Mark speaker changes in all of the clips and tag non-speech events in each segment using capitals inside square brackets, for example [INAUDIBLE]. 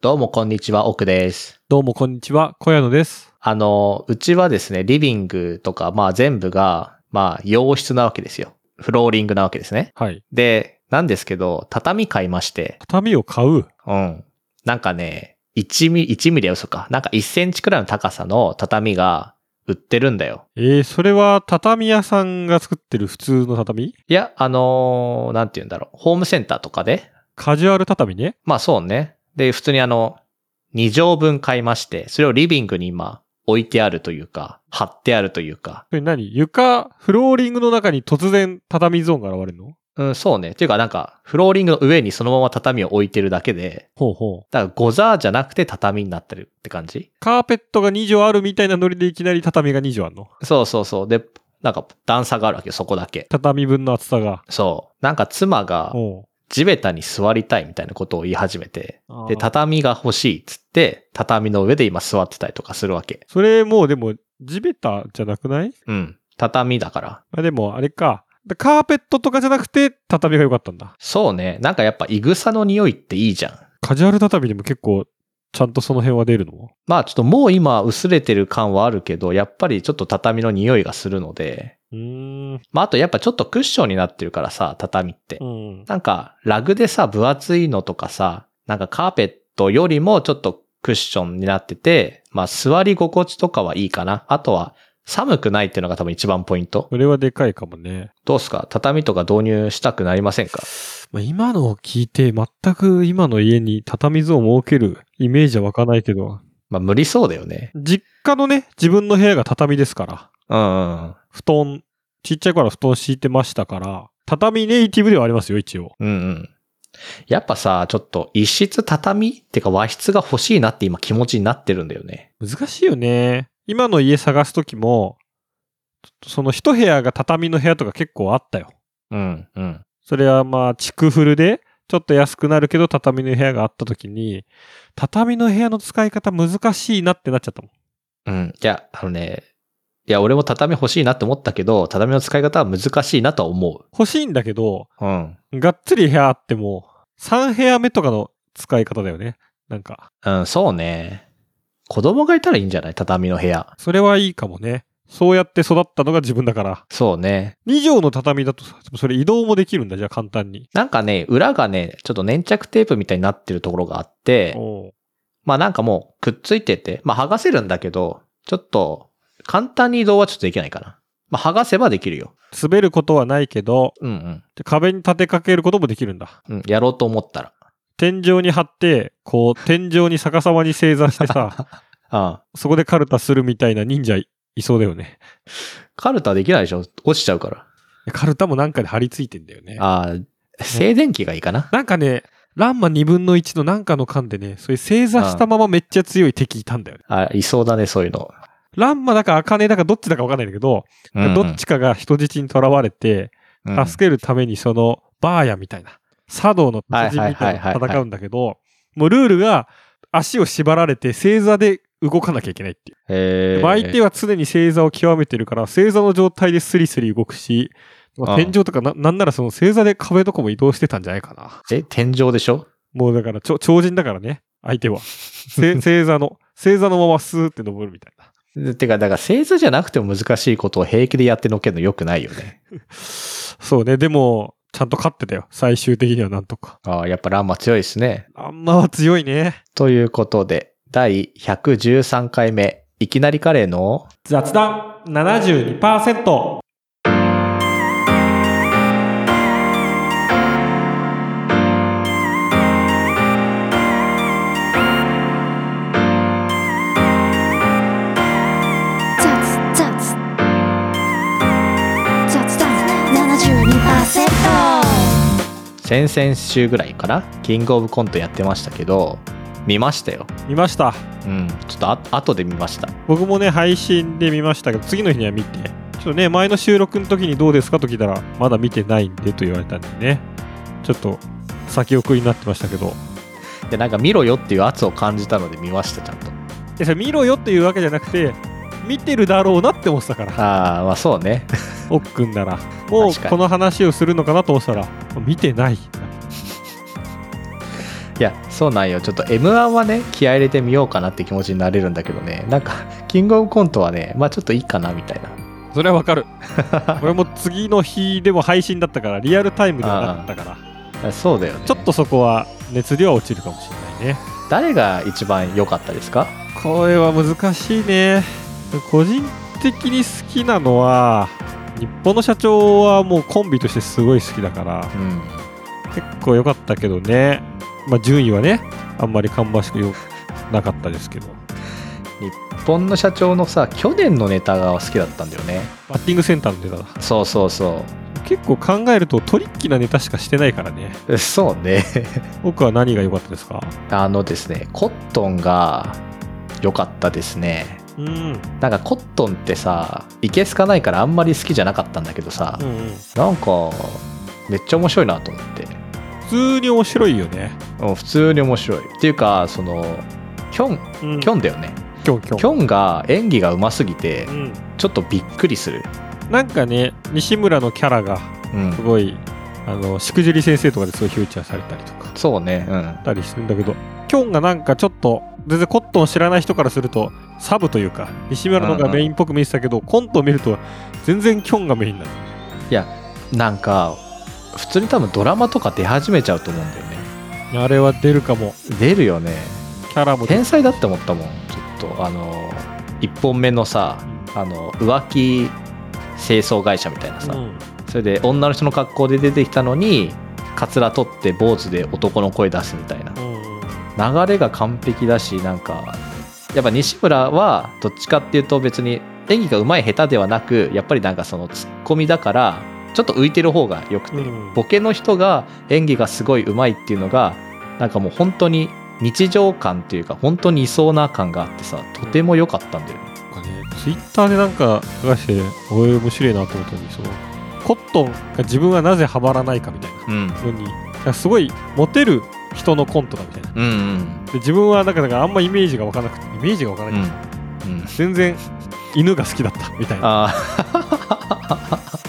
Speaker 1: どうもこんにちは、奥です。
Speaker 2: どうもこんにちは、小屋野です。
Speaker 1: あの、うちはですね、リビングとか、まあ全部が、まあ洋室なわけですよ。フローリングなわけですね。
Speaker 2: はい。
Speaker 1: で、なんですけど、畳買いまして、
Speaker 2: 畳を買う。
Speaker 1: うん。なんかね、1ミリ、1ミリは嘘か。なんか1センチくらいの高さの畳が売ってるんだよ。
Speaker 2: えー、それは畳屋さんが作ってる普通の畳
Speaker 1: いや、あのーなんて言うんだろう。ホームセンターとかで
Speaker 2: カジュアル畳ね。
Speaker 1: まあそうね。で、普通にあの、2畳分買いまして、それをリビングに今置いてあるというか、貼ってあるというか、
Speaker 2: それ何床、フローリングの中に突然畳ゾーンが現れるの
Speaker 1: うん、そうね。っていうかなんか、フローリングの上にそのまま畳を置いてるだけで、
Speaker 2: ほうほう。
Speaker 1: だからゴザーじゃなくて畳になってるって感じ
Speaker 2: カーペットが2畳あるみたいなノリでいきなり畳が2畳あるの
Speaker 1: そうそうそう。で、なんか段差があるわけよ、そこだけ。
Speaker 2: 畳分の厚さが。
Speaker 1: そう。なんか妻が
Speaker 2: おう
Speaker 1: 地べたに座りたいみたいなことを言い始めて、
Speaker 2: あ
Speaker 1: で、
Speaker 2: ー
Speaker 1: 畳が欲しいっつって、畳の上で今座ってたりとかするわけ。
Speaker 2: それもうでも地べたじゃなくない
Speaker 1: うん。畳だから。
Speaker 2: あでもあれか。だカーペットとかじゃなくて畳が良かったんだ。
Speaker 1: そうね。なんかやっぱ、いぐさの匂いっていいじゃん。
Speaker 2: カジュアル畳でも結構ちゃんとその辺は出るの
Speaker 1: まあちょっともう今薄れてる感はあるけど、やっぱりちょっと畳の匂いがするので、
Speaker 2: うーん。
Speaker 1: まああとやっぱちょっとクッションになってるからさ、畳って
Speaker 2: う。ん。
Speaker 1: なんか、ラグでさ、分厚いのとかさ、なんかカーペットよりもちょっとクッションになってて、まあ座り心地とかはいいかな。あとは、寒くないっていうのが多分一番ポイント。
Speaker 2: それはでかいかもね。
Speaker 1: どうすか畳とか導入したくなりませんか
Speaker 2: まあ、今のを聞いて、全く今の家に畳像を設けるイメージは湧かないけど、
Speaker 1: まあ無理そうだよね。
Speaker 2: 実家のね、自分の部屋が畳ですから、
Speaker 1: うんうん。
Speaker 2: 布団、ちっちゃい頃は布団敷いてましたから、畳ネイティブではありますよ、一応。
Speaker 1: うんうん。やっぱさ、ちょっと一室畳ってか和室が欲しいなって今気持ちになってるんだよね。
Speaker 2: 難しいよね。今の家探すときも、ちょっとその一部屋が畳の部屋とか結構あったよ。
Speaker 1: うんうん。
Speaker 2: それはまあ、築古で、ちょっと安くなるけど畳の部屋があったときに、畳の部屋の使い方難しいなってなっちゃったもん。
Speaker 1: うん。いや、あのね、いや、俺も畳欲しいなって思ったけど、畳の使い方は難しいなとは思
Speaker 2: 欲しいんだけど、
Speaker 1: う。うん。
Speaker 2: がっつり部屋あっても、3部屋目とかの使い方だよね。なんか、
Speaker 1: うん、そうね。子供がいたらいいんじゃない畳の部屋。
Speaker 2: それはいいかもね。そうやって育ったのが自分だから。
Speaker 1: そうね。
Speaker 2: 2畳の畳だとさ、それ移動もできるんだ、じゃあ簡単に。
Speaker 1: なんかね、裏がね、ちょっと粘着テープみたいになってるところがあって、
Speaker 2: おう
Speaker 1: まあなんかもうくっついてて、まあ剥がせるんだけど、ちょっと簡単に移動はちょっとできないかな。まあ剥がせばできるよ。
Speaker 2: 滑ることはないけど、
Speaker 1: うんうん。
Speaker 2: で壁に立てかけることもできるんだ。
Speaker 1: うん、やろうと思ったら。
Speaker 2: 天井に張って、こう、天井に逆さまに正座してさ、
Speaker 1: ああ
Speaker 2: そこでカルタするみたいな忍者いいそうだよね。
Speaker 1: カルタできないでしょ落ちちゃうから。
Speaker 2: いやカルタもなんかで張り付いてんだよね。
Speaker 1: ああ、静電気がいいかな。
Speaker 2: なんかね、ランマ2分の1のなんかの間でね、そういう正座したままめっちゃ強い敵いたんだよね。
Speaker 1: あいそうだね、そういうの。
Speaker 2: ランマだかアカネだかどっちだかわかんないんだけど、どっちかが人質に囚われて、助けるためにそのバーヤみたいな、茶道の達人みた
Speaker 1: はいはいはい
Speaker 2: いな
Speaker 1: はいはい
Speaker 2: 戦うんだけど、もうルールが足を縛られて正座で動かなきゃいけないっていう。
Speaker 1: け、え
Speaker 2: で
Speaker 1: ー
Speaker 2: も相手は常に正座を極めてるから、正座の状態でスリスリ動くし、まあ
Speaker 1: うん
Speaker 2: 天井とかな、なんならその正座で壁とかも移動してたんじゃないかな。
Speaker 1: え、天井でしょ
Speaker 2: もうだからちょ超人だからね、相手は。 [LAUGHS] せ正座の、正座のままスーって登るみたいな。
Speaker 1: てか、だから正座じゃなくても難しいことを平気でやってのけるの良くないよね。
Speaker 2: そうね、でも、ちゃんと勝ってたよ。最終的にはなんとか。
Speaker 1: ああ、やっぱランマ強いですね。
Speaker 2: あんまは強いね。
Speaker 1: ということで、第113回目、いきなりカレーの、
Speaker 2: 雑談72%。
Speaker 3: 雑雑雑談72%
Speaker 1: 先々週ぐらいかなキングオブコントやってましたけど、見ましたよ。
Speaker 2: 見ました。
Speaker 1: うん、ちょっとあ後で見ました。
Speaker 2: 僕もね、配信で見ましたけど、次の日には見て。ちょっとね、前の収録の時にどうですかと聞いたら、まだ見てないんでと言われたんでね。ちょっと、先送りになってましたけど。
Speaker 1: で、なんか見ろよっていう圧を感じたので見ました、ちゃんと。
Speaker 2: え、それ見ろよっていうわけじゃなくて、見てるだろうなって思ってたから、
Speaker 1: ああ、まあそうね。
Speaker 2: おっくんなら。もう、
Speaker 1: 確かに
Speaker 2: この話をするのかなと思ってたら、見てない。
Speaker 1: いや、そうなんよ。ちょっと M1 はね、気合い入れてみようかなって気持ちになれるんだけどね。なんか、 [LAUGHS] キングオブコントはね、まあちょっといいかなみたいな。
Speaker 2: それはわかる [LAUGHS] 俺も次の日でも配信だったからリアルタイムではなかったから
Speaker 1: そうだよね。
Speaker 2: ちょっとそこは熱量は落ちるかもしれないね
Speaker 1: 誰が一番良かったですか
Speaker 2: これは難しいね個人的に好きなのは日本の社長はもうコンビとしてすごい好きだから
Speaker 1: うん。
Speaker 2: 結構良かったけどねまあ順位はねあんまり芳しくよなかったですけど
Speaker 1: 日本の社長のさ、去年のネタが好きだったんだよね。
Speaker 2: バッティングセンターのネタだ
Speaker 1: そうそうそ
Speaker 2: 結構考えるとトリッキーなネタしかしてないからね
Speaker 1: う。 [LAUGHS] そうね。
Speaker 2: 僕は何が良かったですか
Speaker 1: あのですね、コットンが良かったですね。
Speaker 2: うんうん
Speaker 1: なんかコットンってさ、いけすかないからあんまり好きじゃなかったんだけどさ、
Speaker 2: うん
Speaker 1: なんか、めっちゃ面白いなと思って。
Speaker 2: 普通に面白いよね
Speaker 1: うん普通に面白い。っていうか、その、キョン、
Speaker 2: うん
Speaker 1: キョンだよね。
Speaker 2: きょんきょん
Speaker 1: キョンが演技が上手すぎて
Speaker 2: う、ん
Speaker 1: ちょっとびっくりする。
Speaker 2: なんかね西村のキャラが
Speaker 1: うん
Speaker 2: す。ごいあのしくじり先生とかですごいフューチャーされたりとか
Speaker 1: そうね。うん
Speaker 2: し。たりするんだけどきょんがなんかちょっと全然コットン知らない人からするとサブというか西村の方がメインっぽく見えてたけど、コントを見ると全然きょんがメインなの
Speaker 1: なんか、普通に多分ドラマとか出始めちゃうと思うんだよね。
Speaker 2: あれは出るかも
Speaker 1: 出るよね。
Speaker 2: キャラも
Speaker 1: 天才だって思ったもん。ちょっと、あの、1本目のさ、あの、浮気清掃会社みたいなさ、
Speaker 2: うん
Speaker 1: それで女の人の格好で出てきたのに、カツラ取って坊主で男の声出すみたいな。
Speaker 2: うん
Speaker 1: 流れが完璧だしなんかやっぱ西村はどっちかっていうと別に演技が上手い下手ではなくやっぱりなんかそのツッコミだからちょっと浮いてる方が良くて、
Speaker 2: うん
Speaker 1: ボケの人が演技がすごい上手いっていうのがなんかもう本当に日常感というか本当にいそうな感があってさとても良かったんだよね、
Speaker 2: なんかね、ツイッターでなんか流して、おい、面白いなと思ったのに、その、コットンが自分はなぜハマらないかみたい
Speaker 1: うん、
Speaker 2: なのに、なんかすごいモテる人のコントだみたいな。
Speaker 1: うん
Speaker 2: で自分はなんかなんかあんまイメージがわからなくて、イメージがわから
Speaker 1: うん
Speaker 2: ない、
Speaker 1: うんうん
Speaker 2: 全然犬が好きだったみたいな。
Speaker 1: あー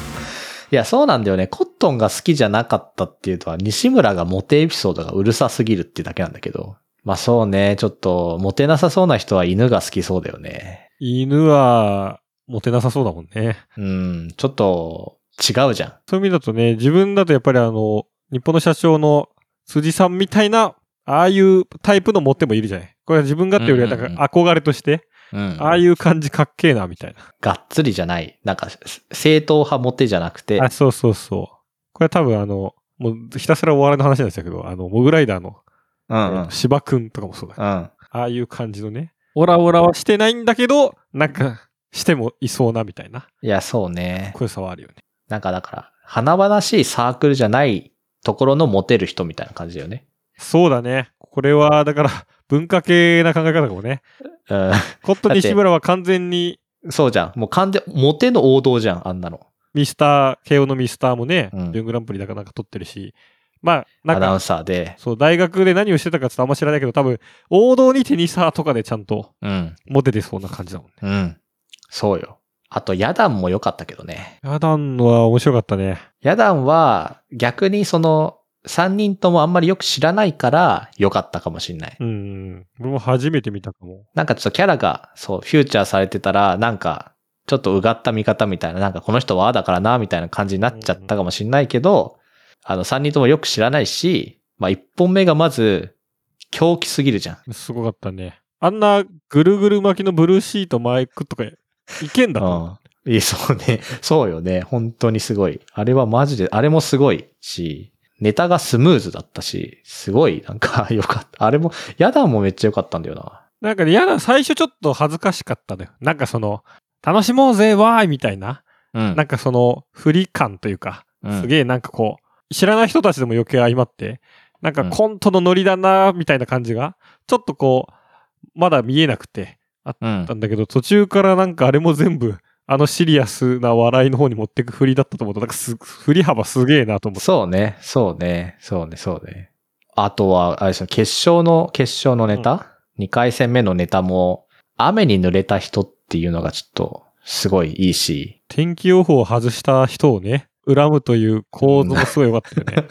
Speaker 1: [LAUGHS] いや、そうなんだよね。コットンが好きじゃなかったっていうのは、西村がモテエピソードがうるさすぎるってだけなんだけど。まあそうね、ちょっと、モテなさそうな人は犬が好きそうだよね。
Speaker 2: 犬はモテなさそうだもんね。
Speaker 1: うん、ちょっと、違うじゃん。
Speaker 2: そういう意味だとね、自分だとやっぱりあの、日本の社長の辻さんみたいな、ああいうタイプのモテもいるじゃない。これは自分がっていうよりは、
Speaker 1: うんうんうん
Speaker 2: 憧れとして、
Speaker 1: うん。
Speaker 2: ああいう感じかっけえな、みたいな。
Speaker 1: がっつりじゃない。なんか、正統派モテじゃなくて。
Speaker 2: あ、そうそうそう。これは多分あの、もうひたすらお笑いの話なんですけど、あの、モグライダーの、
Speaker 1: うんうん。
Speaker 2: 芝くんとかもそうだ。
Speaker 1: うん。
Speaker 2: ああいう感じのね、オラオラはしてないんだけど、なんか、してもいそうなみたいな、
Speaker 1: いや、そうね。
Speaker 2: こういう差はあるよね。
Speaker 1: なんかだから、華々しいサークルじゃないところのモテる人みたいな感じだよね。
Speaker 2: そうだね。これは、だから、文化系な考え方かもね。
Speaker 1: う
Speaker 2: コット
Speaker 1: だ
Speaker 2: ン
Speaker 1: って
Speaker 2: 西村は完全に、
Speaker 1: ん。そうじゃん。もう完全、モテの王道じゃん、あんなの。
Speaker 2: ミスター、慶応のミスターもね、
Speaker 1: うん
Speaker 2: 準グランプリだからなんか取ってるし、まあ、な
Speaker 1: ア
Speaker 2: ん
Speaker 1: ナウン
Speaker 2: か、
Speaker 1: サーで。
Speaker 2: そう、大学で何をしてたかちょっとあんま知らないけど、多分、王道にテニサーとかでちゃんと
Speaker 1: うん。
Speaker 2: モテてそうな感じだもんね。
Speaker 1: うん。そうよ。あと、ヤダンも良かったけどね。
Speaker 2: やだんのは面白かったね。
Speaker 1: ヤダンは、逆にその、3人ともあんまりよく知らないから、良かったかもしんない。
Speaker 2: うん。俺も初めて見たかも。
Speaker 1: なんかちょっとキャラが、そう、フューチャーされてたら、なんか、ちょっとうがった見方みたいな、なんかこの人はああだからな、みたいな感じになっちゃったかもしんないけど、あの、3人ともよく知らないし、まあ、1本目がまず、狂気すぎるじゃん。
Speaker 2: すごかったね。あんなぐるぐる巻きのブルーシートマイクとかいけんだと。
Speaker 1: うん。いい、そうね。 [LAUGHS] そうよね。本当にすごい。あれはマジで、あれもすごいし、ネタがスムーズだったし、すごい、なんか [LAUGHS] よかった。あれも、ヤダンもめっちゃ良かったんだよな。
Speaker 2: なんかねやだ、最初ちょっと恥ずかしかったのよ。なんかその、楽しもうぜ、わーいみたいな。
Speaker 1: うん
Speaker 2: なんかその、振り感というか、
Speaker 1: うん
Speaker 2: すげえなんかこう、知らない人たちでも余計相まって、なんかコントのノリだなーみたいな感じが、ちょっとこう、まだ見えなくて、
Speaker 1: うん
Speaker 2: だったんだけど、途中からなんかあれも全部、あのシリアスな笑いの方に持ってく振りだったと思った。なんかす、振り幅すげえなと思って。
Speaker 1: そうね。そうね。そうね。そうね。あとは、あれですよ、決勝の、決勝のネタ、二 ?2 回戦目のネタも、雨に濡れた人っていうのがちょっと、すごいいいし、
Speaker 2: 天気予報 [LAUGHS] を外した人をね、恨むという構図もすごい良かったよね。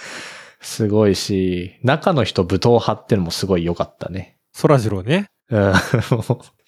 Speaker 1: [LAUGHS] すごいし、中の人武闘派ってのもすごい良かったね。
Speaker 2: そらジローね。
Speaker 1: うん、 [LAUGHS]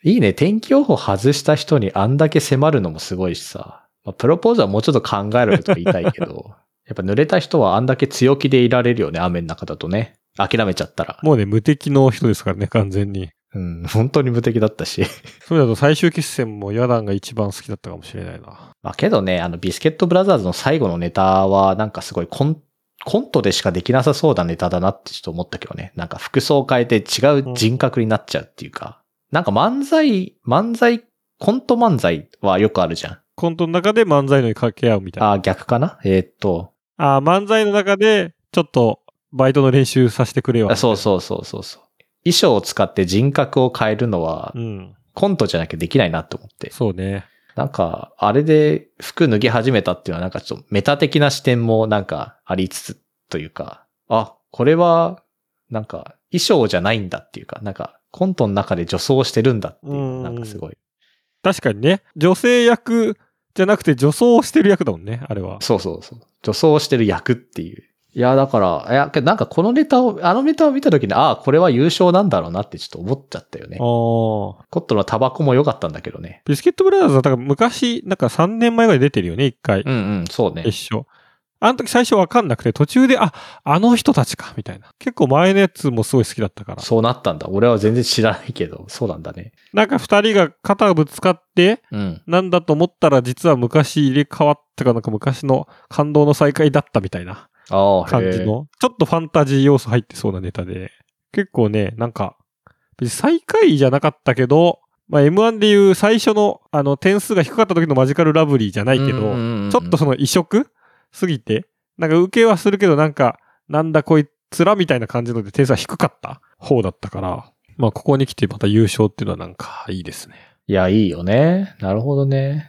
Speaker 1: いいね。天気予報外した人にあんだけ迫るのもすごいしさ。まあ、プロポーズはもうちょっと考えろよとか言いたいけど、 [LAUGHS] やっぱ濡れた人はあんだけ強気でいられるよね、雨の中だとね。諦めちゃったら。
Speaker 2: もうね、無敵の人ですからね、完全に。
Speaker 1: うん、本当に無敵だったし。 [LAUGHS]
Speaker 2: そうだと最終決戦もヤダンが一番好きだったかもしれないな。
Speaker 1: まあけどね、あの、ビスケットブラザーズの最後のネタは、なんかすごいコン、コントでしかできなさそうなネタだなってちょっと思ったけどね。なんか服装変えて違う人格になっちゃうっていうか。なんか漫才、漫才、コント漫才はよくあるじゃん。
Speaker 2: コントの中で漫才のに掛け合うみたいな。
Speaker 1: あー、逆かなえーっと、
Speaker 2: ああ、漫才の中で、ちょっと、バイトの練習させてくれよ。
Speaker 1: あそうそうそうそうそう。衣装を使って人格を変えるのは、
Speaker 2: うん。
Speaker 1: コントじゃなきゃできないなと思って。
Speaker 2: そうね。
Speaker 1: なんか、あれで服脱ぎ始めたっていうのはなんかちょっとメタ的な視点もなんかありつつというか、あ、これはなんか衣装じゃないんだっていうか、なんかコントの中で女装してるんだっていうう、
Speaker 2: ん
Speaker 1: なんかすごい。
Speaker 2: 確かにね、女性役じゃなくて女装をしてる役だもんね、あれは。
Speaker 1: そうそうそう。女装してる役っていう。いや、だから、いや、けどなんかこのネタを、あのネタを見た時に、ああ、これは優勝なんだろうなってちょっと思っちゃったよね。
Speaker 2: ああ。
Speaker 1: コットンのタバコも良かったんだけどね。
Speaker 2: ビスケットブラザーズはだから昔、なんか3年前ぐらい出てるよね、1回
Speaker 1: う。んうん、そうね
Speaker 2: 一。緒。あの時最初わかんなくて、途中で、あ、あの人たちか、みたいな。結構前のやつもすごい好きだったから。
Speaker 1: そうなったんだ。俺は全然知らないけど、そうなんだね。
Speaker 2: なんか二人が肩ぶつかって、
Speaker 1: うん。
Speaker 2: なんだと思ったら実は昔入れ替わったかなんか昔の感動の再会だったみたいな
Speaker 1: ああ、
Speaker 2: 感じ
Speaker 1: へえ。
Speaker 2: の、ちょっとファンタジー要素入ってそうなネタで、結構ね、なんか、別に最下位じゃなかったけど、まあ M1 でいう最初の、あの、点数が低かった時のマジカルラブリーじゃないけど、ちょっとその異色すぎて、なんか受けはするけど、なんか、なんだこいつらみたいな感じので点数は低かった方だったから、まあここに来てまた優勝っていうのはなんかいいですね。
Speaker 1: いや、いいよね。なるほどね。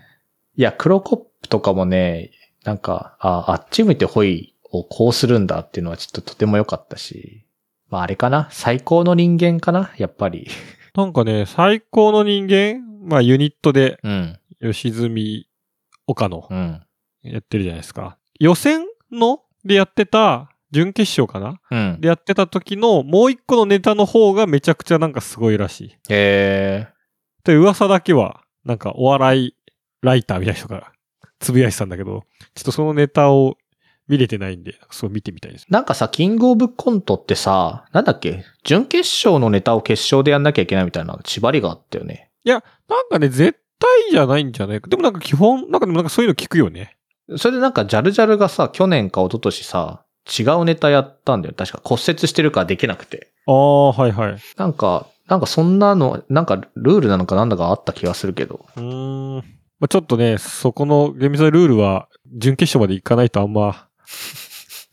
Speaker 1: いや、クロコップとかもね、なんか、あ、あっち向いてホイをこうするんだっていうのはちょっととても良かったし。まあ、あれかな最高の人間かなやっぱり。
Speaker 2: なんかね、最高の人間、まあユニットで
Speaker 1: うん。
Speaker 2: 吉住岡野
Speaker 1: うん。
Speaker 2: やってるじゃないですか。予選のでやってた、準決勝かな
Speaker 1: うん。
Speaker 2: でやってた時のもう一個のネタの方がめちゃくちゃなんかすごいらしい。
Speaker 1: え
Speaker 2: で、噂だけは、なんかお笑いライターみたいな人がつぶやいてたんだけど、ちょっとそのネタを見れてないんで、そう見てみたいです。
Speaker 1: ー、なんかさ、キングオブコントってさ、なんだっけ準決勝のネタを決勝でやんなきゃいけないみたいな縛りがあったよね。
Speaker 2: なんかね、絶対じゃないんじゃないか。でもなんか基本、なんかでもなんかそういうの聞くよね。
Speaker 1: それでなんか、ジャルジャルがさ、去年か一昨年さ、違うネタやったんだよ。確か骨折してるからできなくて。
Speaker 2: ああ、はいはい。う
Speaker 1: なんか、なんかそんなの、なんかルールなのかなんだかあった気がするけど。
Speaker 2: ーん。まあ、ちょっとね、そこの厳密なルールは、準決勝までいかないとあ
Speaker 1: [LAUGHS]
Speaker 2: んま、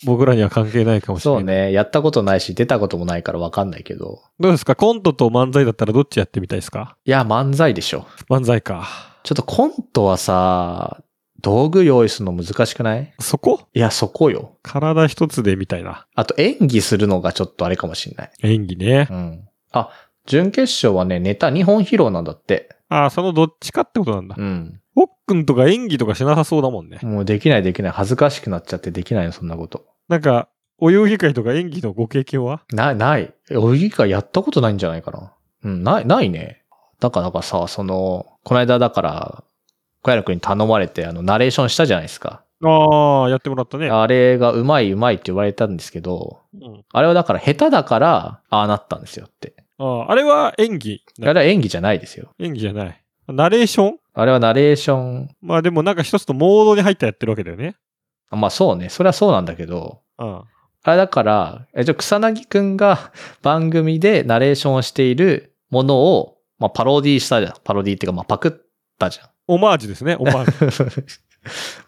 Speaker 2: 僕らには関係ないかもしれ
Speaker 1: そ
Speaker 2: な
Speaker 1: う
Speaker 2: い。。
Speaker 1: ね。やったことないし、出たこともないからわかんないけど。
Speaker 2: どうですかコントと漫才だったらどっちやってみたいですか
Speaker 1: いや、漫才でしょ。
Speaker 2: 漫才か。
Speaker 1: ちょっとコントはさ、道具用意するの難しくない
Speaker 2: そこ
Speaker 1: いや、そこよ。
Speaker 2: 体一つでみたいな。
Speaker 1: あと演技するのがちょっとあれかもしんない。
Speaker 2: 演技ね。
Speaker 1: うん。あ、準決勝はね、ネタ2本披露なんだって。
Speaker 2: ああ、そのどっちかってことなんだ
Speaker 1: う。ん。
Speaker 2: おっくんとか演技とかしなさそうだもんね。
Speaker 1: もうできないできない。恥ずかしくなっちゃってできないよ、そんなこと。
Speaker 2: なんか、お遊戯会とか演技のご経験は
Speaker 1: ない、ない。泳ぎ会やったことないんじゃないかな。うん、ない、ないね。だから、なんかさ、その、この間だから、小谷君に頼まれて、あの、ナレーションしたじゃないですか。
Speaker 2: ああ、やってもらったね。
Speaker 1: あれがうまいうまいって言われたんですけど、
Speaker 2: うん
Speaker 1: あれはだから下手だから、ああなったんですよって。
Speaker 2: あーあれは演技。
Speaker 1: あれは演技じゃないですよ。
Speaker 2: 演技じゃない。ナレーション
Speaker 1: あれはナレーション、
Speaker 2: まあでもなんか一つのモードに入ったやってるわけだよね。
Speaker 1: あまあそうね、それはそうなんだけど、
Speaker 2: うん。
Speaker 1: あれだから、え、じゃあ草薙くんが [LAUGHS] 番組でナレーションをしているものを、まあパロディしたじゃん。パロディっていうか、まあパクったじゃん。 [LAUGHS]
Speaker 2: オマージュですね、オマージュ。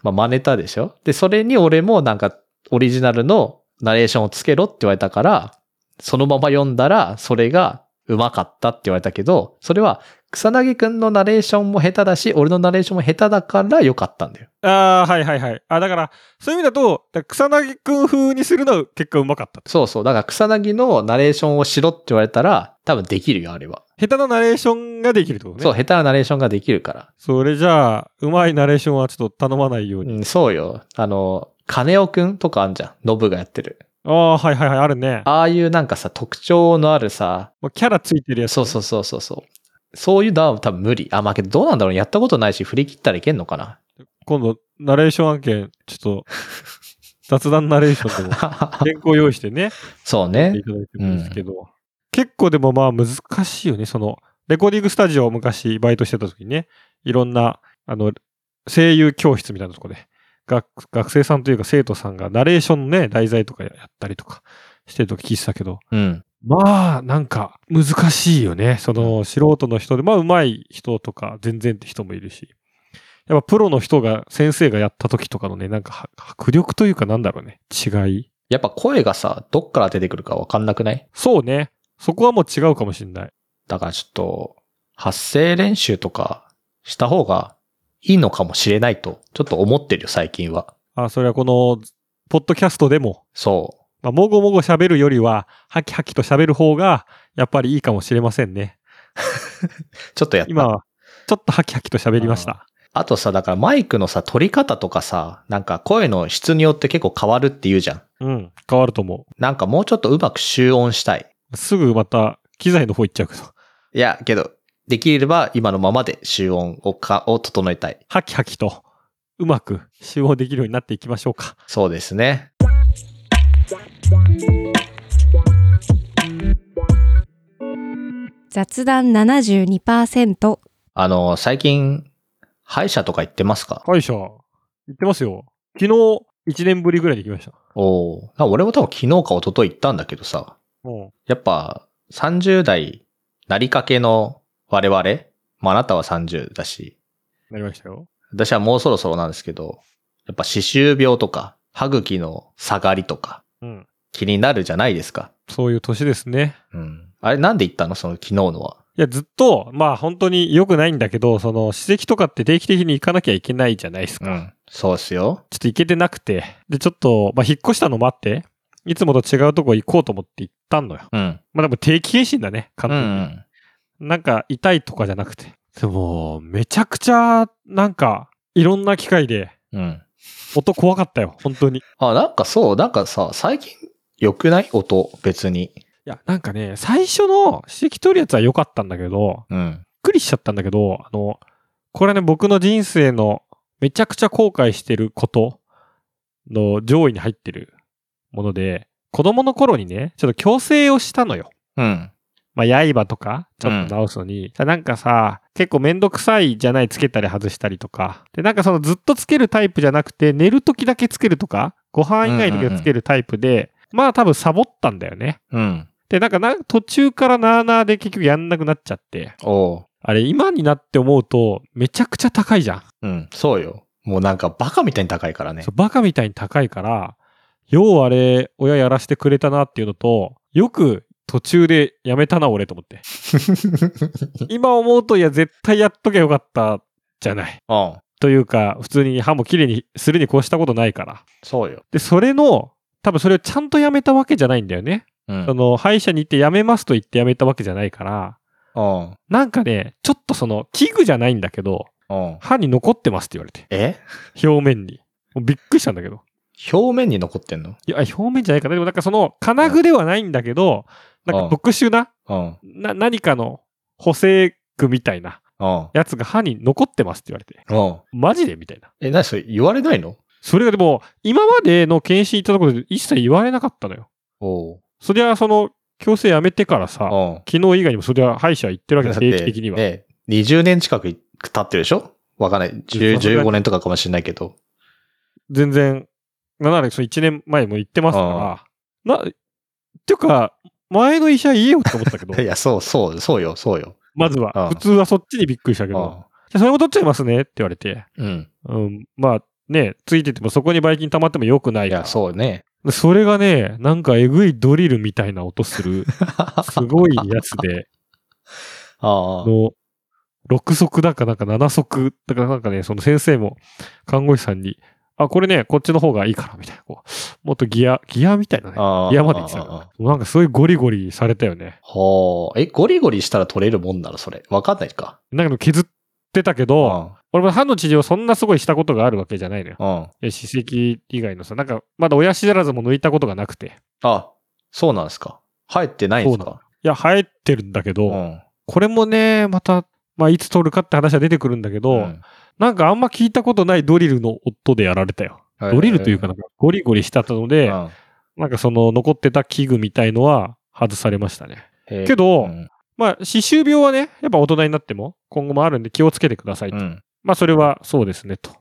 Speaker 1: まあ、真似たでしょで、それに俺もなんか、オリジナルのナレーションをつけろって言われたから、そのまま読んだら、それがうまかったって言われたけど、それは草薙くんのナレーションも下手だし、俺のナレーションも下手だから良かったんだよ。
Speaker 2: ああ、はいはいはい。あだから、そういう意味だと、だから草薙くん風にするのは結果うまかったと。
Speaker 1: そうそう。だから草薙のナレーションをしろって言われたら、多分できるよ、あれは。
Speaker 2: 下手なナレーションができるってことね。
Speaker 1: そう、下手なナレーションができるから。
Speaker 2: それじゃあ、うまいナレーションはちょっと頼まないように。
Speaker 1: うん、そうよ。あの、金尾くんとかあんじゃん。ノブがやってる。
Speaker 2: ああ、はいはいはい、あるね。
Speaker 1: ああいうなんかさ、特徴のあるさ、
Speaker 2: まあキャラついてるやつ。
Speaker 1: そうそうそうそうそう。そういうのは多分無理。あ、まあけどどうなんだろうやったことないし、振り切ったらいけんのか [LAUGHS] な
Speaker 2: 今度、ナレーション案件、ち
Speaker 1: [LAUGHS]
Speaker 2: ょっと、雑談ナレーションでも、原稿用意してね、
Speaker 1: そう
Speaker 2: やって
Speaker 1: ね
Speaker 2: い。ただいてもいいですけど。結構でもまあ難しいよね。その、レコーディングスタジオを昔バイトしてた時にね、いろんな、あの、声優教室みたいなとこで、学学生さんというか生徒さんがナレーションのね、題材とかやったりとかしてると聞いてたけど、
Speaker 1: うん。
Speaker 2: まあ、なんか、難しいよね。その、素人の人で、まあ、上手い人とか、全然って人もいるし。やっぱ、プロの人が、先生がやった時とかのね、なんかは、迫力というか、なんだろうね。違い。
Speaker 1: やっぱ声がさ、どっから出てくるかわかんなくない
Speaker 2: そうね。そこはもう違うかもしんない。
Speaker 1: だからちょっと、発声練習とかした方がいいのかもしれないと、ちょっと思ってるよ、最近は。
Speaker 2: あ、それはこの、ポッドキャストでも、
Speaker 1: そ
Speaker 2: まあ、もごもご喋るよりは、はきはきと喋る方が、やっぱりいいかもしれませんね。
Speaker 1: う。ちょっとやった。
Speaker 2: 今は、ちょっとはきはきと喋りました。
Speaker 1: あとさ、だからマイクのさ、取り方とかさ、なんか声の質によって結構変わるって言うじゃん。
Speaker 2: [LAUGHS] うん。変わると思
Speaker 1: なんかもうちょっとうまく集音したい。
Speaker 2: う。すぐまた、機材の方行っちゃうけど。
Speaker 1: いや、けど、できれば今のままで集音をか、を整えたい。
Speaker 2: ハキハキと、うまく集合できるようになっていきましょうか。
Speaker 1: そうですね。
Speaker 4: 雑談72%
Speaker 1: あの、最近、歯医者とか行ってますか
Speaker 2: 歯医者、行ってますよ。昨日、1年ぶりぐらいに行きました。
Speaker 1: おーな俺も多分昨日か一昨日行ったんだけどさ、
Speaker 2: も
Speaker 1: やっぱ30代なりかけの我々、まああなたは30だし、
Speaker 2: うん、なりましたよ。
Speaker 1: 私はもうそろそろなんですけど、やっぱ歯周病とか、歯茎の下がりとか、
Speaker 2: うん。
Speaker 1: 気になるじゃないですか。
Speaker 2: そういう年ですね。
Speaker 1: うん。あれなんで行ったのその昨日のは。
Speaker 2: いや、ずっと、まあ本当に良くないんだけど、その、史跡とかって定期的に行かなきゃいけないじゃないですか。
Speaker 1: うん。そうっすよ。
Speaker 2: ちょっと行けてなくて、で、ちょっと、まあ引っ越したのもあって、いつもと違うとこ行こうと思って行ったのよ。
Speaker 1: うん。
Speaker 2: まあでも定期検診だね、完
Speaker 1: う
Speaker 2: 全
Speaker 1: ん。
Speaker 2: に。なんか痛いとかじゃなくて。でも、めちゃくちゃ、なんか、いろんな機械で、
Speaker 1: うん。
Speaker 2: 音怖かったよ、本当に。い
Speaker 1: あ、なんかそう、なんかさ、最近良くない音、別に。
Speaker 2: や、なんかね、最初の指摘取るやつは良かったんだけど、
Speaker 1: うん。
Speaker 2: びっくりしちゃったんだけど、あの、これね、僕の人生のめちゃくちゃ後悔してることの上位に入ってるもので、子供の頃にね、ちょっと矯正をしたのよ。
Speaker 1: うん。
Speaker 2: まあ、刃とか、ちょっと直すのに、さなんかさ、結構めんどくさいじゃない、つけたり外したりとか。で、なんかそのずっとつけるタイプじゃなくて、寝る時だけつけるとか、ご飯以外の時はつけるタイプで、まあ多分サボったんだよね。
Speaker 1: うん。
Speaker 2: で、なんかな途中からなーなーで結局やんなくなっちゃって。
Speaker 1: おう。
Speaker 2: あれ、今になって思うと、めちゃくちゃ高いじゃん。
Speaker 1: うん。そうよ。もうなんかバカみたいに高いからね
Speaker 2: そう。バカみたいに高いから、ようあれ、親やらしてくれたなっていうのと、よく途中でやめたな、俺と思って。
Speaker 1: [LAUGHS]
Speaker 2: 今思うと、いや、絶対やっとけばよかったじゃない。
Speaker 1: [LAUGHS] うん。
Speaker 2: というか、普通に歯も綺麗にするに越したことないから。
Speaker 1: そうよ。
Speaker 2: で、それの、多分それをちゃんとやめたわけじゃないんだよね。
Speaker 1: うん。
Speaker 2: その、歯医者に行ってやめますと言ってやめたわけじゃないから、
Speaker 1: うん。
Speaker 2: なんかね、ちょっとその、器具じゃないんだけど、
Speaker 1: うん。
Speaker 2: 歯に残ってますって言われて。
Speaker 1: え
Speaker 2: 表面に。もうびっくりしたんだけど。
Speaker 1: 表面に残ってんの
Speaker 2: いや、表面じゃないかな。でもなんかその、金具ではないんだけど、なん
Speaker 1: うん
Speaker 2: か特殊な、
Speaker 1: うん。
Speaker 2: な、何かの補正具みたいな
Speaker 1: うん。
Speaker 2: やつが歯に残ってますって言われて。
Speaker 1: うん。
Speaker 2: マジでみたいな。
Speaker 1: え、何それ言われないの
Speaker 2: それがでも、今までの検診行ったところで一切言われなかったのよ。
Speaker 1: おう。
Speaker 2: そりゃ、その、矯正やめてから
Speaker 1: う
Speaker 2: さ、
Speaker 1: ん。
Speaker 2: 昨日以外にもそりゃ歯医者行ってるわけ
Speaker 1: だ
Speaker 2: で
Speaker 1: っ
Speaker 2: す、
Speaker 1: て
Speaker 2: 定期的には。
Speaker 1: ね、20年近く経ってるでしょわかんない。10
Speaker 2: さすがに
Speaker 1: 15年とかかもしれないけど。、
Speaker 2: 全然、なんならその1年前も行ってますから、な、っていうか、前の医者言えよって思ったけど
Speaker 1: [LAUGHS] いや、そう、そう、そうよ、そうよ。
Speaker 2: まず
Speaker 1: うん
Speaker 2: は、普通はそっちにびっくりしたけど、じゃあそれも取っちゃいますねって言われて、
Speaker 1: うん。うん。
Speaker 2: うん、まあね、ついててもそこにバイキン溜まっても良くない
Speaker 1: い
Speaker 2: から
Speaker 1: や、そうね。
Speaker 2: でそれがね、なんかえぐいドリルみたいな音す
Speaker 1: [LAUGHS]
Speaker 2: る、すごいやつで、
Speaker 1: ああ。
Speaker 2: の、6足だかなんか7足だかなんかね、その先生も看護師さんに、あ、これね、こっちの方がいいから、みたいな。こう、もっとギア、ギアみたいなね。
Speaker 1: ああ
Speaker 2: ギアまで言って
Speaker 1: あ
Speaker 2: た
Speaker 1: ああ
Speaker 2: か
Speaker 1: あ
Speaker 2: ら。なんかすごいゴリゴリされたよね。
Speaker 1: ほう。え、ゴリゴリしたら取れるもんなのそれ。わかんないか。
Speaker 2: なんか削ってたけど、
Speaker 1: あ
Speaker 2: 俺も歯の治療そんなすごいしたことがあるわけじゃないのよ。
Speaker 1: うん。
Speaker 2: え歯石以外のさ、なんか、まだ親知らずも抜いたことがなくて。
Speaker 1: あ、そうなんですか。生えてないんですか
Speaker 2: いや、生えてるんだけど、
Speaker 1: うん。
Speaker 2: これもね、また、まあ、いつ取るかって話は出てくるんだけど、
Speaker 1: うん
Speaker 2: なんかあんま聞いたことないドリルの音でやられたよ。ドリルというかなんかゴリゴリしたの
Speaker 1: う
Speaker 2: で、
Speaker 1: ん
Speaker 2: なんかその残ってた器具みたいのは外されましたね。
Speaker 1: へー
Speaker 2: けど
Speaker 1: うん
Speaker 2: まあ、歯周病はね、やっぱ大人になっても今後もあるんで気をつけてくださいと。
Speaker 1: うん。
Speaker 2: まあ、それはそうですねと。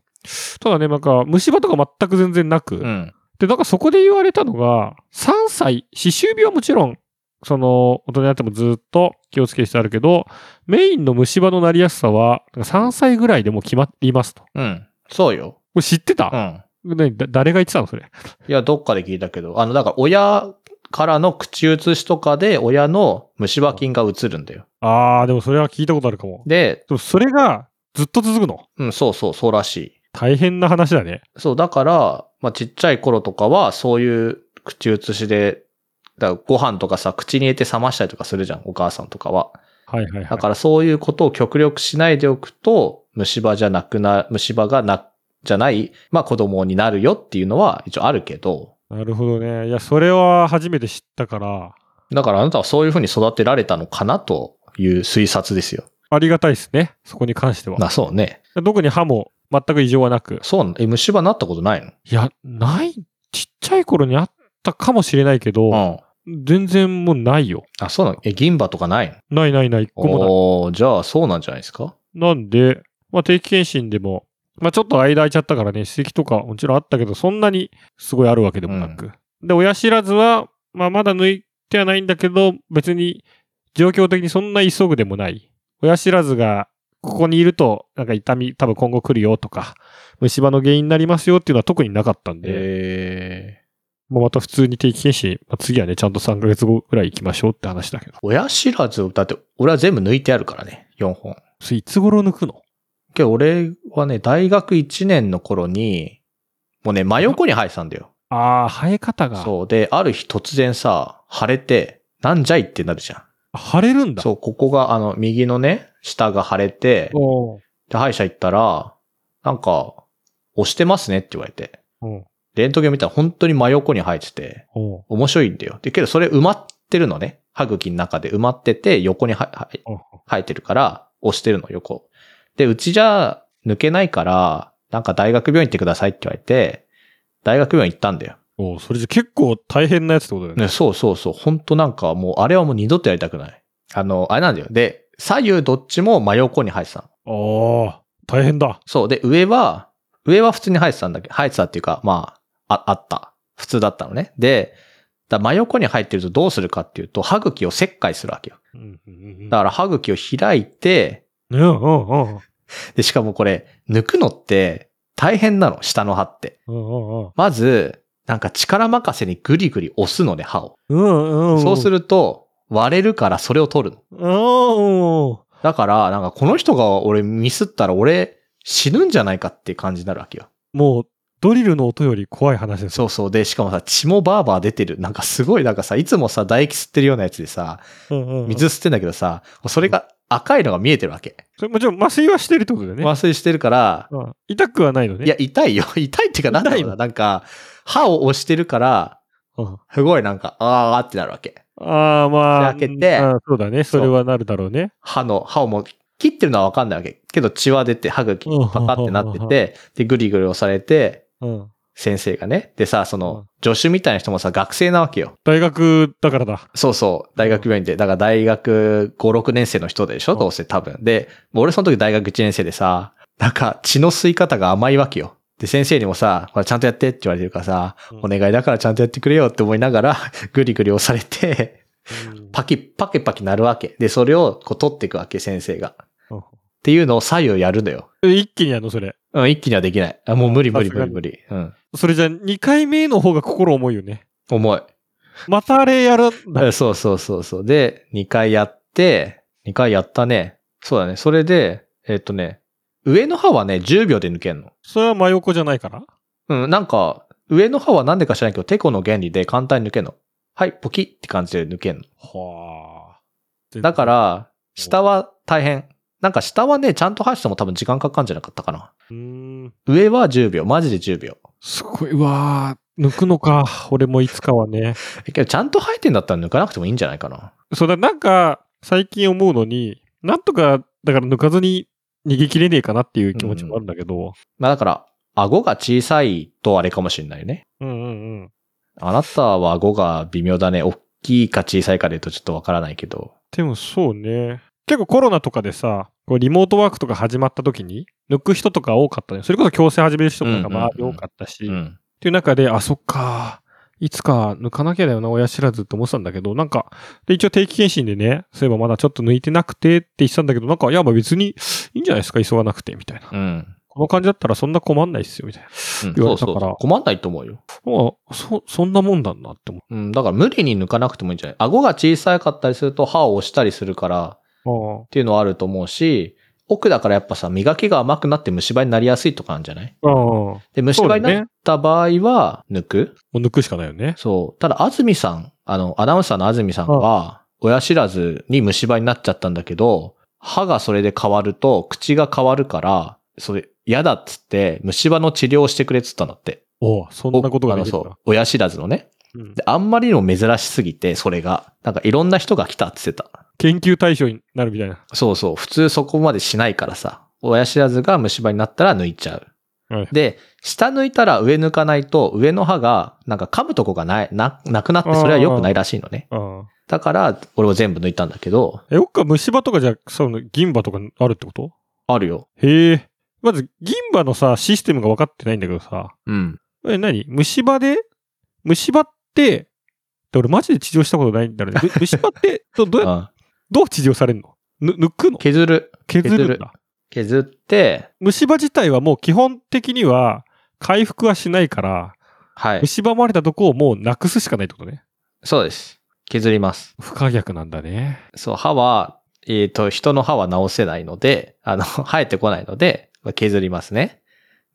Speaker 2: ただね、なんか虫歯とか全く全然なく、
Speaker 1: うん。
Speaker 2: で、なんかそこで言われたのが、3歳、歯周病はもちろん、その、大人になってもずっと気をつける必要あるけど、メインの虫歯のなりやすさは、3歳ぐらいでもう決まっていますと。こ
Speaker 1: うん。そうよ。
Speaker 2: れ知ってた
Speaker 1: う、ん。
Speaker 2: ねだ誰が言ってたのそれ。
Speaker 1: いや、どっかで聞いたけど、あの、だから親からの口移しとかで親の虫歯菌が移るんだよ。
Speaker 2: あー、でもそれは聞いたことあるかも。
Speaker 1: で、
Speaker 2: でもそれが、ずっと続くの
Speaker 1: うん、そうそう、そうらしい。
Speaker 2: 大変な話だね。
Speaker 1: そう、だから、まあ、ちっちゃい頃とかは、そういう口移しで、だからご飯とかさ、口に入れて冷ましたりとかするじゃん、お母さんとかは。
Speaker 2: はいはいは
Speaker 1: だ
Speaker 2: い。
Speaker 1: からそういうことを極力しないでおくと、虫歯じゃなくな、虫歯がな、じゃない、まあ子供になるよっていうのは一応あるけど、
Speaker 2: なるほどね。いや、それは初めて知ったから、
Speaker 1: だからあなたはそういうふうに育てられたのかなという推察ですよ。
Speaker 2: ありがたいですね。そこに関しては。
Speaker 1: まあそうね。
Speaker 2: 特に歯も全く異常はなく。
Speaker 1: そう、え、虫歯なったことないの
Speaker 2: いや、ない、ちっちゃい頃にあったかもしれないけど、
Speaker 1: うん。
Speaker 2: 全然もうないよ。
Speaker 1: あ、そうなのえ、銀歯とかないの
Speaker 2: ないないない、一個も
Speaker 1: おーじゃあそうなんじゃないですか
Speaker 2: ない。なんで、まあ定期検診でも、まあちょっと間空いちゃったからね、歯石とかもちろんあったけど、そんなにすごいあるわけでもなく。で、親知らずは、まあまだ抜いてはないんだけど、別に状況的にそんな急ぐでもない。親知らずが、ここにいると、なんか痛み多分今後来るよとか、虫歯の原因になりますよっていうのは特になかったんで。
Speaker 1: え
Speaker 2: まあ、また普通に定期検診、まあ、次はね、ちゃんと3ヶ月後ぐらい行きましょうって話だけど。
Speaker 1: 親知らず、だって俺は全部抜いてあるからね、4本。
Speaker 2: それいつ頃抜くの
Speaker 1: けど俺はね、大学1年の頃に、もうね、真横に生えてたんだよ。
Speaker 2: ああ、生え方が。
Speaker 1: そう。で、ある日突然さ、腫れて、なんじゃいってなるじゃ
Speaker 2: 腫れるん
Speaker 1: ん。
Speaker 2: だ。
Speaker 1: そう、ここが、あの、右のね、下が腫れて、
Speaker 2: おー
Speaker 1: で、歯医者行ったら、なんか、押してますねって言われて。
Speaker 2: うん。
Speaker 1: レントゲン見たら本当に真横に生えてて、
Speaker 2: お
Speaker 1: 面白いんだよ。で、けどそれ埋まってるのね。歯茎の中で埋まってて、横にはは
Speaker 2: うん
Speaker 1: 生えてるから、押してるの、横。で、うちじゃ抜けないから、なんか大学病院行ってくださいって言われて、大学病院行ったんだよ。
Speaker 2: おーそれじゃ結構大変なやつってことだよね。
Speaker 1: ね、そうそうそう。ほんとなんかもう、あれはもう二度とやりたくない。あの、あれなんだよ。で、左右どっちも真横に生えてたの。
Speaker 2: ああ、大変だ。
Speaker 1: そう。で、上は、上は普通に生えてたんだけど、生えてたっていうか、まあ、あ、あった。普通だったのね。で、だから真横に入ってるとどうするかっていうと、歯茎を切開するわけよ。
Speaker 2: うんうんうんうん。
Speaker 1: だから歯茎を開いて、
Speaker 2: うんうんうん。
Speaker 1: で、しかもこれ、抜くのって大変なの、下の歯って。
Speaker 2: うんうん
Speaker 1: まず、なんか力任せにグリグリ押すのね、歯を。
Speaker 2: うんうん。
Speaker 1: そうす
Speaker 2: る。
Speaker 1: ると、割れるからそれを取るの。
Speaker 2: うんうんうん。
Speaker 1: だから、なんかこの人が俺ミスったら俺死ぬんじゃないかっていう感じになるわけよ。
Speaker 2: もう、ドリルの音より怖い話です。
Speaker 1: そうそう。で、しかもさ、血もバーバー出てる。なんかすごい、なんかさ、いつもさ、唾液吸ってるようなやつでさ、
Speaker 2: うんうんうん
Speaker 1: 水。吸ってんだけどさ、それが赤いのが見えてるわけ。
Speaker 2: それもちろん麻酔はしてるってことだよね。
Speaker 1: 麻酔してるから、
Speaker 2: うん痛くはないのね。
Speaker 1: いや、痛いよ。 [LAUGHS] 痛いっていうか、なんだろう
Speaker 2: 痛い
Speaker 1: な。
Speaker 2: の
Speaker 1: なんか、歯を押してるから、
Speaker 2: うん。
Speaker 1: すごいなんか、あーってなるわけ。
Speaker 2: ああ、まあ。
Speaker 1: 開けて
Speaker 2: うんそうだね。それはなるだろうね。
Speaker 1: 歯の、歯をもう切ってるのはわかんないわけ。けど血は出て、歯茎パカってなってて、で、ぐりぐり押されて、
Speaker 2: うん。
Speaker 1: 先生がね。でさ、そうの
Speaker 2: ん、
Speaker 1: 助手みたいな人もさ、学生なわけよ。
Speaker 2: 大学だからだ。
Speaker 1: そうそう。大学病院で。だから大学5、6年生の人でしょ
Speaker 2: うん
Speaker 1: どうせ多分。で、もう俺その時大学1年生でさ、なんか血の吸い方が甘いわけよ。で、先生にもさ、これちゃんとやってって言われてるからさ、
Speaker 2: うん
Speaker 1: お願いだからちゃんとやってくれよって思いながら、 [LAUGHS] ぐりぐり押されて、パキパキパキ鳴るわけ。で、それをこう取っていくわけ、先生が。
Speaker 2: うん
Speaker 1: っていうのを左右やるのよ。
Speaker 2: え一気にやんの、それ。
Speaker 1: うん、一気にはできない。あもう無理無理
Speaker 2: さす
Speaker 1: 無
Speaker 2: が
Speaker 1: 理無
Speaker 2: に
Speaker 1: 理。うん。
Speaker 2: それじゃ、2回目の方が心重いよね。
Speaker 1: 重い。
Speaker 2: またあれやるんだ。
Speaker 1: え [LAUGHS] そうそうそうそう。で、2回やって、2回やったね。そうだね。それで、えっとね、上の歯はね、10秒で抜けんの。
Speaker 2: それは真横じゃないから
Speaker 1: うん、なんか、上の歯はなんでか知らないけど、テコの原理で簡単に抜けんの。はい、ポキって感じで抜けんの。
Speaker 2: はあ。
Speaker 1: だか、ら、下は大変。なんか下はね、ちゃんと走っても多分時間かかんじゃなかったかな。
Speaker 2: うーん。
Speaker 1: 上は10秒、マジで10秒。
Speaker 2: すごいわー。抜くのか。俺もいつかはね。
Speaker 1: えけどちゃんと生えてんだったら抜かなくてもいいんじゃないかな。
Speaker 2: そうだ、なんか、最近思うのに、なんとか、だから抜かずに逃げ切れねえかなっていう気持ちもあるんだけど。
Speaker 1: まあだから、顎が小さいとあれかもしれないね。
Speaker 2: うんうんうん。
Speaker 1: あなたは顎が微妙だね。大きいか小さいかで言うとちょっとわからないけど。
Speaker 2: でもそうね。結構コロナとかでさ、こうリモートワークとか始まった時に、抜く人とか多かったね。それこそ強制始める人と
Speaker 1: う
Speaker 2: か
Speaker 1: んうんうん
Speaker 2: 周り多かったし、
Speaker 1: う
Speaker 2: っ
Speaker 1: ん。
Speaker 2: ていう中で、あ、そっか、いつか抜かなきゃだよな、親知らずって思ってたんだけど、なんか、で一応定期検診でね、そういえばまだちょっと抜いてなくてって言ってたんだけど、なんか、いや、まあ別にいいんじゃないですか、急がなくて、みたいな。
Speaker 1: うん。
Speaker 2: この感じだったらそんな困んないっすよ、みたいな。
Speaker 1: うん
Speaker 2: 言わ
Speaker 1: そ
Speaker 2: れ
Speaker 1: うそ
Speaker 2: たから
Speaker 1: うそう。困んないと思うよ。
Speaker 2: まあ、そ、そんなもんだなって思
Speaker 1: うん。だから無理に抜かなくてもいいんじゃない顎が小さかったりすると歯を押したりするからっ
Speaker 2: う。
Speaker 1: ていうのはあると思うし、奥だからやっぱさ、磨きが甘くなって虫歯になりやすいとかなんじゃない
Speaker 2: ああ。も
Speaker 1: で、虫歯になった場合は抜く
Speaker 2: う抜くしかないよね。
Speaker 1: そう。ただ、安住さん、あの、アナウンサーの安住さんは、親知らずに虫歯になっちゃったんだけど、歯がそれで変わると、口が変わるから、それ、嫌だっつって、虫歯の治療をしてくれっつったんだって。
Speaker 2: おうそんなことが
Speaker 1: あ
Speaker 2: で
Speaker 1: の
Speaker 2: きる
Speaker 1: そう。親知らずのね。
Speaker 2: うん
Speaker 1: で、あんまりにも珍しすぎて、それが。なんかいろんな人が来たって言ってた。
Speaker 2: 研究対象になるみたいな。
Speaker 1: そうそう。普通そこまでしないからさ。親知らずが虫歯になったら抜いちゃう。
Speaker 2: はい
Speaker 1: で、下抜いたら上抜かないと、上の歯が、なんか噛むとこがない、な、なくなって、それは良くないらしいのね。
Speaker 2: ああ
Speaker 1: だから、俺も全部抜いたんだけど、
Speaker 2: え、よっか虫歯とかじゃ、その銀歯とかあるってこと
Speaker 1: あるよ。
Speaker 2: へえ。まず銀歯のさ、システムが分かってないんだけどさ。
Speaker 1: うん。
Speaker 2: え、何虫歯で虫歯って、で俺マジで治療したことないんだよ [LAUGHS] ね。む虫歯って、どどうや、どう治療されるのぬ抜くの
Speaker 1: 削る。
Speaker 2: 削るん
Speaker 1: 削る
Speaker 2: だ。
Speaker 1: 削って、
Speaker 2: 虫歯自体はもう基本的には回復はしないから、
Speaker 1: はい。
Speaker 2: 虫歯まれたとこをもうなくすしかないってことね。
Speaker 1: そうです。削ります。
Speaker 2: 不可逆なんだね。
Speaker 1: そう、歯は、えっ、と、人の歯は治せないので、あの、 [LAUGHS] 生えてこないので、まあ削りますね。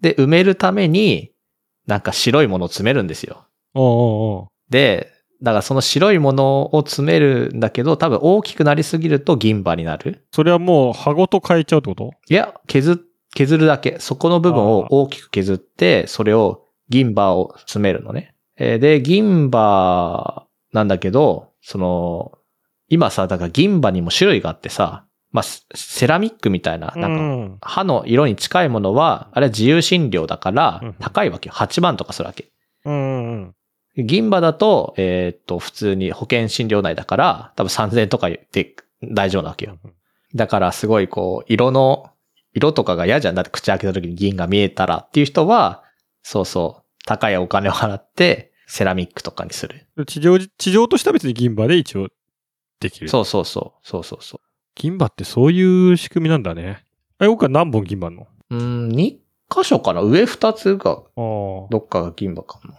Speaker 1: で、埋めるために、なんか白いものを詰めるんですよ。
Speaker 2: おうおうおう
Speaker 1: で、だからその白いものを詰めるんだけど、多分大きくなりすぎると銀歯になる。
Speaker 2: それはもう歯ごと変えちゃうってこと
Speaker 1: いや、削、削るだけ。そこの部分を大きく削って、それを銀歯を詰めるのね。えーで、銀歯なんだけど、その、今さ、だから銀歯にも種類があってさ、まあ、セセラミックみたいな、なんか、
Speaker 2: ん
Speaker 1: 歯の色に近いものは、あれは自由診療だか
Speaker 2: うん
Speaker 1: ら、高いわけよ。8万とかするわけ。
Speaker 2: うんうん
Speaker 1: 銀歯だと、えーっと、普通に保険診療内だから、多分3000円とかで大丈夫なわけよ。だからすごいこう、色の、色とかが嫌じゃん。だって口開けた時に銀が見えたらっていう人は、そうそう、高いお金を払って、セラミックとかにする。
Speaker 2: うん。地上、地上としては別に銀歯で一応できる。う。
Speaker 1: そうそうそう、そうそうそ
Speaker 2: 銀歯ってそういう仕組みなんだね。え、僕は何本銀歯あんの
Speaker 1: う。うーん、2箇所かな上2つが、
Speaker 2: ああ。
Speaker 1: どっかが銀歯かな。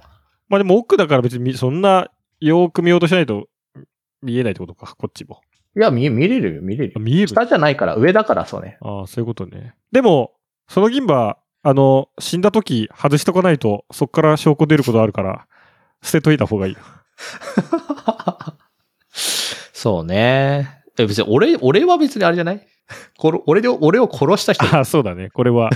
Speaker 2: まあでも奥だから別にみそんなよーく見ようとしないと見えないってことか、こっちも。
Speaker 1: いや、見見れるよ、見れる
Speaker 2: あ
Speaker 1: よ。
Speaker 2: 見える。あ
Speaker 1: 下じゃないから、上だからそうね。
Speaker 2: あ、そういうことね。でも、その銀歯、あの、死んだ時外しとかないと、そっから証拠出ることあるから、捨てといた方がいい [LAUGHS] よ。
Speaker 1: そうね。え、別に俺、俺は別にあれじゃない [LAUGHS] これ俺で、俺を殺
Speaker 2: [LAUGHS]
Speaker 1: した人
Speaker 2: ああ、そうだね。これ [LAUGHS] は。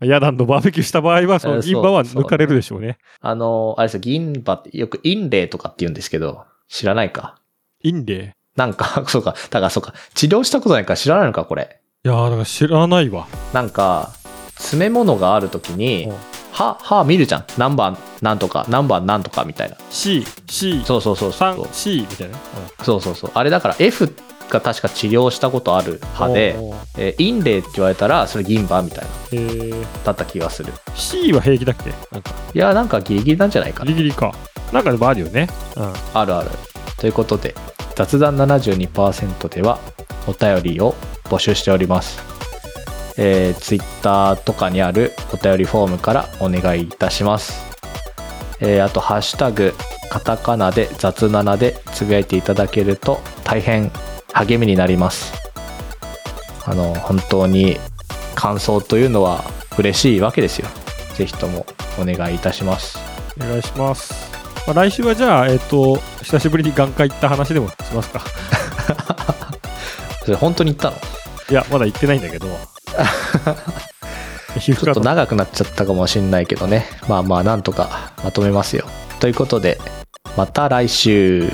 Speaker 2: ヤダンのバーベキューした場合は、その銀歯は抜かれるでしょうね。
Speaker 1: あの、あれですよ、銀歯ってよく陰霊とかって言うんですけど、知らないか。
Speaker 2: 陰霊。
Speaker 1: なんか、 [LAUGHS] そうか、だからそうか、治療したことないから知らないのか、これ。
Speaker 2: いやー、だから知らないわ。
Speaker 1: なんか、詰め物があるときに
Speaker 2: うん、
Speaker 1: 歯、歯見るじゃん。何番、なんとか、何番、なんとかみたいな。
Speaker 2: C、C、
Speaker 1: そうそうそうそう。
Speaker 2: 3、C みたいな。
Speaker 1: そうそうそう。あれだから F が確か治療したことある歯で、
Speaker 2: おー。
Speaker 1: えー陰霊って言われたら、それ銀歯みたいな、
Speaker 2: えー、
Speaker 1: だった気がする。
Speaker 2: C は平気だっけなんか、
Speaker 1: いや、なんかギリギリなんじゃないか
Speaker 2: ギ
Speaker 1: な。
Speaker 2: リギリか。なんかでもあるよね。うん。
Speaker 1: あるある。ということで、雑談72%ではお便りを募集しております。えー、Twitter とかにあるお便りフォームからお願いいたします。えー、あと、ハッシュタグ、カタカナで雑7でつぶやいていただけると大変励みになります。あの、本当に感想というのは嬉しいわけですよ。ぜひともお願いいたします。
Speaker 2: お願いします。まあ、来週はじゃあ、えっ、と、久しぶりに眼科行った話でもしますか。
Speaker 1: それ本当に言ったの
Speaker 2: いや、まだ行ってないん
Speaker 1: [LAUGHS]
Speaker 2: だけど。皮膚
Speaker 1: ちょ
Speaker 2: 科
Speaker 1: っと
Speaker 2: と
Speaker 1: 長くなっちゃったかもしんないけどね。まあまあ、なんとかまとめますよ。ということで、また来週。